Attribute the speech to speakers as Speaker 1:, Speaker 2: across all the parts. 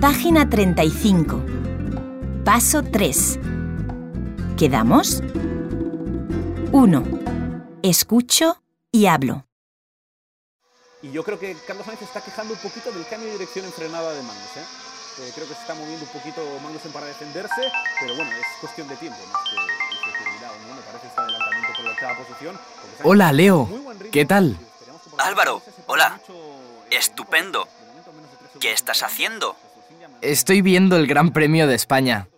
Speaker 1: Página 35. Paso 3. ¿Quedamos? 1. Escucho y hablo.
Speaker 2: Y yo creo que Carlos Sainz está quejando un poquito del cambio de dirección en frenada de Magnus. ¿eh? Eh, creo que se está moviendo un poquito Magnussen para defenderse, pero bueno, es cuestión de tiempo. más que- que seguridad o no, me parece este adelantamiento por la octava posición, porque Sainz-
Speaker 3: Hola, Leo.
Speaker 2: Muy buen ritmo.
Speaker 3: ¿Qué tal?
Speaker 2: Esperamos que por la
Speaker 4: Álvaro,
Speaker 2: noche se sepa
Speaker 4: hola.
Speaker 2: mucho, eh,
Speaker 4: Estupendo.
Speaker 2: de momento menos de tres
Speaker 4: ¿Qué
Speaker 2: segundos
Speaker 4: estás
Speaker 2: en pista.
Speaker 4: haciendo?
Speaker 3: Estoy viendo el Gran Premio de España.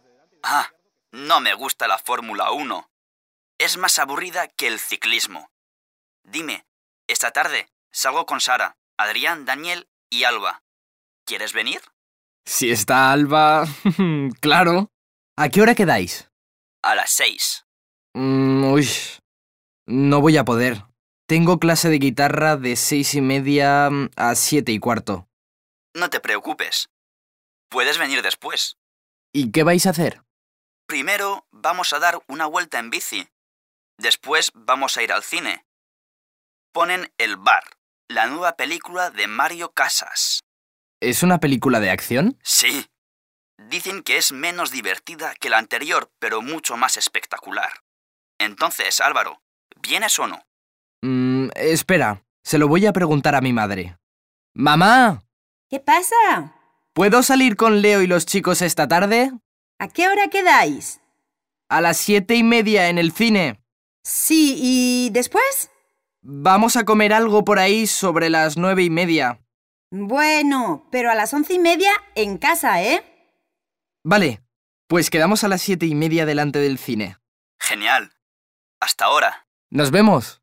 Speaker 4: Ah, no me gusta la Fórmula 1. Es más aburrida que el ciclismo. Dime, esta tarde salgo con Sara, Adrián, Daniel y Alba. ¿Quieres venir?
Speaker 3: Si está Alba... claro. ¿A qué hora quedáis?
Speaker 4: A las seis.
Speaker 3: Mm, uy, no voy a poder. Tengo clase de guitarra de seis y media mm, a siete y cuarto.
Speaker 4: No te preocupes. Puedes venir después.
Speaker 3: ¿Y qué vais a hacer?
Speaker 4: Primero vamos a dar una vuelta en bici. Después vamos a ir al cine. Ponen El Bar, la nueva película de Mario Casas.
Speaker 3: ¿Es una película de acción?
Speaker 4: Sí. Dicen que es menos divertida que la anterior, pero mucho más espectacular. Entonces, Álvaro, ¿vienes o no?
Speaker 3: Mm, espera, se lo voy a preguntar a mi madre. Mamá,
Speaker 5: ¿Qué pasa?
Speaker 3: ¿puedo salir con Leo y los chicos esta tarde?
Speaker 5: ¿A qué hora quedáis?
Speaker 3: A las siete y media en el cine.
Speaker 5: Sí, ¿y después?
Speaker 3: Vamos a comer algo por ahí sobre las nueve y media.
Speaker 5: Bueno, pero a las once y media en casa, ¿eh?
Speaker 3: Vale, pues quedamos a las siete y media delante del cine.
Speaker 4: Genial. Hasta ahora.
Speaker 3: Nos vemos.